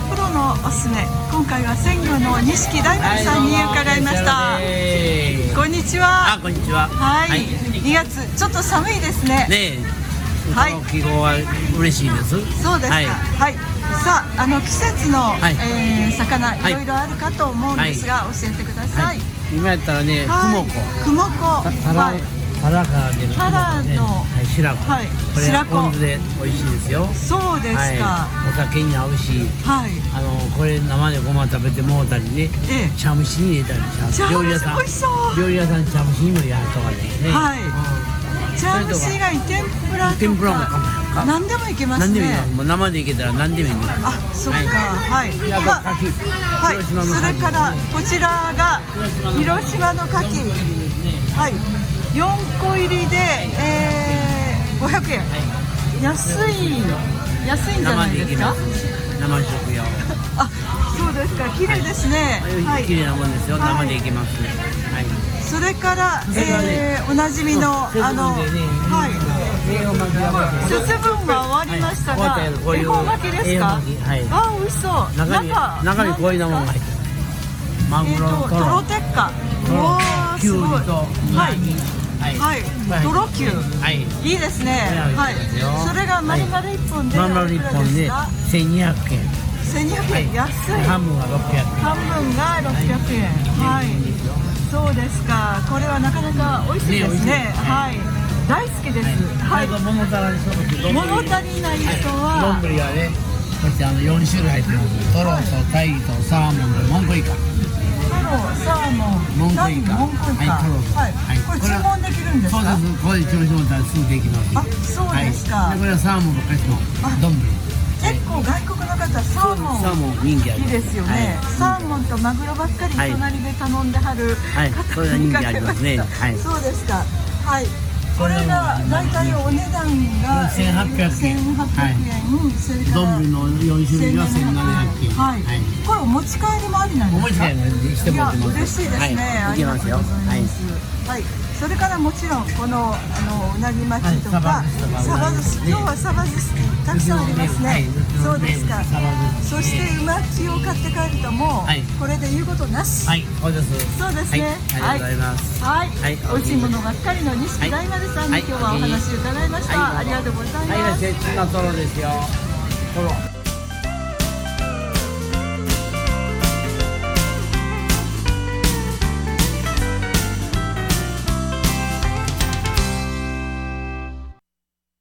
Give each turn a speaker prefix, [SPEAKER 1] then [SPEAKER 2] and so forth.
[SPEAKER 1] ですね今回は鮮魚の錦大丸さんに伺いました、こんにちは
[SPEAKER 2] あ、こんにちは。
[SPEAKER 1] はい、2
[SPEAKER 2] ね
[SPEAKER 1] 月ちょっと寒いですね
[SPEAKER 2] え、
[SPEAKER 1] はい
[SPEAKER 2] 歌の記号は嬉しいです。
[SPEAKER 1] そうですか
[SPEAKER 2] は
[SPEAKER 1] はいい、。さああの季節の、
[SPEAKER 2] はい
[SPEAKER 1] えー魚い
[SPEAKER 2] い
[SPEAKER 1] ろいろあるかと思うんですが、教えてくださ
[SPEAKER 2] はいい、今やったらね、
[SPEAKER 1] は
[SPEAKER 2] ふ
[SPEAKER 1] い
[SPEAKER 2] もこ。
[SPEAKER 1] くもこ
[SPEAKER 2] たたら
[SPEAKER 1] はい、
[SPEAKER 2] たらから出るふもこね。
[SPEAKER 1] たらの
[SPEAKER 2] はい、白子。
[SPEAKER 1] はい
[SPEAKER 2] これ
[SPEAKER 1] 白
[SPEAKER 2] は
[SPEAKER 1] 子
[SPEAKER 2] ポン酢で美味しいですよ。
[SPEAKER 1] そうですか
[SPEAKER 2] はい。お酒に合うし、
[SPEAKER 1] はい、
[SPEAKER 2] あのこれ生でごま食べてもうたりね。
[SPEAKER 1] え
[SPEAKER 2] 茶蒸しに入れたり
[SPEAKER 1] 茶蒸し美味しそう
[SPEAKER 2] 料理屋さん茶蒸しにもやるとかね。
[SPEAKER 1] はい
[SPEAKER 2] うん
[SPEAKER 1] え、チャームシ以外天ぷらとか
[SPEAKER 2] 天ぷらもかもやんか
[SPEAKER 1] 何でもいけます
[SPEAKER 2] 何でもいい
[SPEAKER 1] ね
[SPEAKER 2] よ。もう生でいけたら何でもいいよ。
[SPEAKER 1] あ、そっか、はい、
[SPEAKER 2] やっ
[SPEAKER 1] ま
[SPEAKER 2] ぱ
[SPEAKER 1] あ
[SPEAKER 2] 牡蠣
[SPEAKER 1] はい、
[SPEAKER 2] 広島の牡蠣
[SPEAKER 1] それからこちらが広島の牡蠣はい、四個入りで、えー、500円、安い安いんじゃな
[SPEAKER 2] 生
[SPEAKER 1] い
[SPEAKER 2] で
[SPEAKER 1] で
[SPEAKER 2] いけ
[SPEAKER 1] す
[SPEAKER 2] ま
[SPEAKER 1] か
[SPEAKER 2] す。生食用。
[SPEAKER 1] あ、そうですか、綺麗ですねはい、
[SPEAKER 2] 綺麗なもんですよ。
[SPEAKER 1] はい
[SPEAKER 2] 生でいけますね。はい。
[SPEAKER 1] それから、
[SPEAKER 2] それからね。
[SPEAKER 1] えー、おなじみのあの、はい
[SPEAKER 2] 栄養巻き
[SPEAKER 1] い、節分は終わりましたが、
[SPEAKER 2] はい終わったよこういう
[SPEAKER 1] 恵方巻きですか
[SPEAKER 2] 恵方巻きはい
[SPEAKER 1] あ、美味しそう
[SPEAKER 2] 中に中にこういうのもんが入ってる。マ
[SPEAKER 1] えー、
[SPEAKER 2] グロ
[SPEAKER 1] と
[SPEAKER 2] のト
[SPEAKER 1] トロ
[SPEAKER 2] ロ。
[SPEAKER 1] テッカうわー
[SPEAKER 2] きゅ
[SPEAKER 1] す
[SPEAKER 2] うり
[SPEAKER 1] ごい
[SPEAKER 2] と
[SPEAKER 1] は
[SPEAKER 2] うなぎ
[SPEAKER 1] い
[SPEAKER 2] はい
[SPEAKER 1] はいトロキュー
[SPEAKER 2] はい。
[SPEAKER 1] いいですねは
[SPEAKER 2] はいいいいですよ
[SPEAKER 1] それが丸々一本で
[SPEAKER 2] マンマル一本で千二百円。
[SPEAKER 1] 千二百円安い
[SPEAKER 2] ハムは六百円。
[SPEAKER 1] 半分が六百円はいそうですかこれはなかなか美味しいですね
[SPEAKER 2] ね美味しい
[SPEAKER 1] はい大好きですはい
[SPEAKER 2] あと物足らにしとくってどんぶり
[SPEAKER 1] 物足りない人
[SPEAKER 2] 丼
[SPEAKER 1] は
[SPEAKER 2] はね、こっちあの四種類入ってます。トロとタイとサーモンとモンゴイカ。
[SPEAKER 1] トロサーモ
[SPEAKER 2] モ
[SPEAKER 1] ン
[SPEAKER 2] ン
[SPEAKER 1] タ
[SPEAKER 2] ゴ
[SPEAKER 1] イ
[SPEAKER 2] イカ
[SPEAKER 1] モンゴイカ
[SPEAKER 2] はいトロ
[SPEAKER 1] はい
[SPEAKER 2] はい
[SPEAKER 1] これ注文できるんです
[SPEAKER 2] そうで
[SPEAKER 1] か
[SPEAKER 2] す。これ調子乗ったらすぐできます。
[SPEAKER 1] あそうですか
[SPEAKER 2] はいでこれはサーモンとカツの丼。
[SPEAKER 1] 結構外国の方サーモン
[SPEAKER 2] サーモン人気あ
[SPEAKER 1] い
[SPEAKER 2] る。
[SPEAKER 1] いですよね、サーモンとマグロばっかり
[SPEAKER 2] はい
[SPEAKER 1] 隣で頼んではる
[SPEAKER 2] はい
[SPEAKER 1] 方
[SPEAKER 2] それは
[SPEAKER 1] 見
[SPEAKER 2] 人
[SPEAKER 1] か
[SPEAKER 2] 気あ
[SPEAKER 1] け
[SPEAKER 2] り
[SPEAKER 1] ま
[SPEAKER 2] ます
[SPEAKER 1] し
[SPEAKER 2] ね
[SPEAKER 1] た、
[SPEAKER 2] はい
[SPEAKER 1] そうですかはいこ
[SPEAKER 2] そん
[SPEAKER 1] れ
[SPEAKER 2] なもん
[SPEAKER 1] が大体お値段が
[SPEAKER 2] 1800円
[SPEAKER 1] 1800円それから
[SPEAKER 2] 丼の四種類は千七百円。
[SPEAKER 1] はい、これお持ち帰りもありなんで
[SPEAKER 2] 思い
[SPEAKER 1] す
[SPEAKER 2] つ
[SPEAKER 1] か
[SPEAKER 2] かないして
[SPEAKER 1] い
[SPEAKER 2] もら
[SPEAKER 1] や
[SPEAKER 2] ってます。
[SPEAKER 1] 嬉しいですね、
[SPEAKER 2] は
[SPEAKER 1] あ
[SPEAKER 2] い、い
[SPEAKER 1] り
[SPEAKER 2] け
[SPEAKER 1] が
[SPEAKER 2] ま
[SPEAKER 1] と
[SPEAKER 2] す
[SPEAKER 1] う
[SPEAKER 2] よ。
[SPEAKER 1] ござ
[SPEAKER 2] はいい
[SPEAKER 1] ま。すはい、それからもちろんこのあのうなぎ巻きとか、
[SPEAKER 2] はい
[SPEAKER 1] サ
[SPEAKER 2] サ
[SPEAKER 1] バ
[SPEAKER 2] バ
[SPEAKER 1] 寿
[SPEAKER 2] 寿司
[SPEAKER 1] 司今日はサバ寿司たくさんありますね、
[SPEAKER 2] はい
[SPEAKER 1] そうですか、
[SPEAKER 2] サバ
[SPEAKER 1] そ
[SPEAKER 2] 寿司
[SPEAKER 1] してうまきを買って帰るともう、
[SPEAKER 2] はい
[SPEAKER 1] これで言うことなし、
[SPEAKER 2] はい、そうです。
[SPEAKER 1] そうですね
[SPEAKER 2] はい、ありがとうございます。
[SPEAKER 1] はい、
[SPEAKER 2] はい
[SPEAKER 1] 美味しいものばっかりの
[SPEAKER 2] は
[SPEAKER 1] 錦
[SPEAKER 2] い
[SPEAKER 1] 大丸さんに、
[SPEAKER 2] はい
[SPEAKER 1] 今日はお話伺いました、
[SPEAKER 2] は
[SPEAKER 1] あ
[SPEAKER 2] い
[SPEAKER 1] りがとうございます、
[SPEAKER 2] はい、せっなトロですよ。トロ。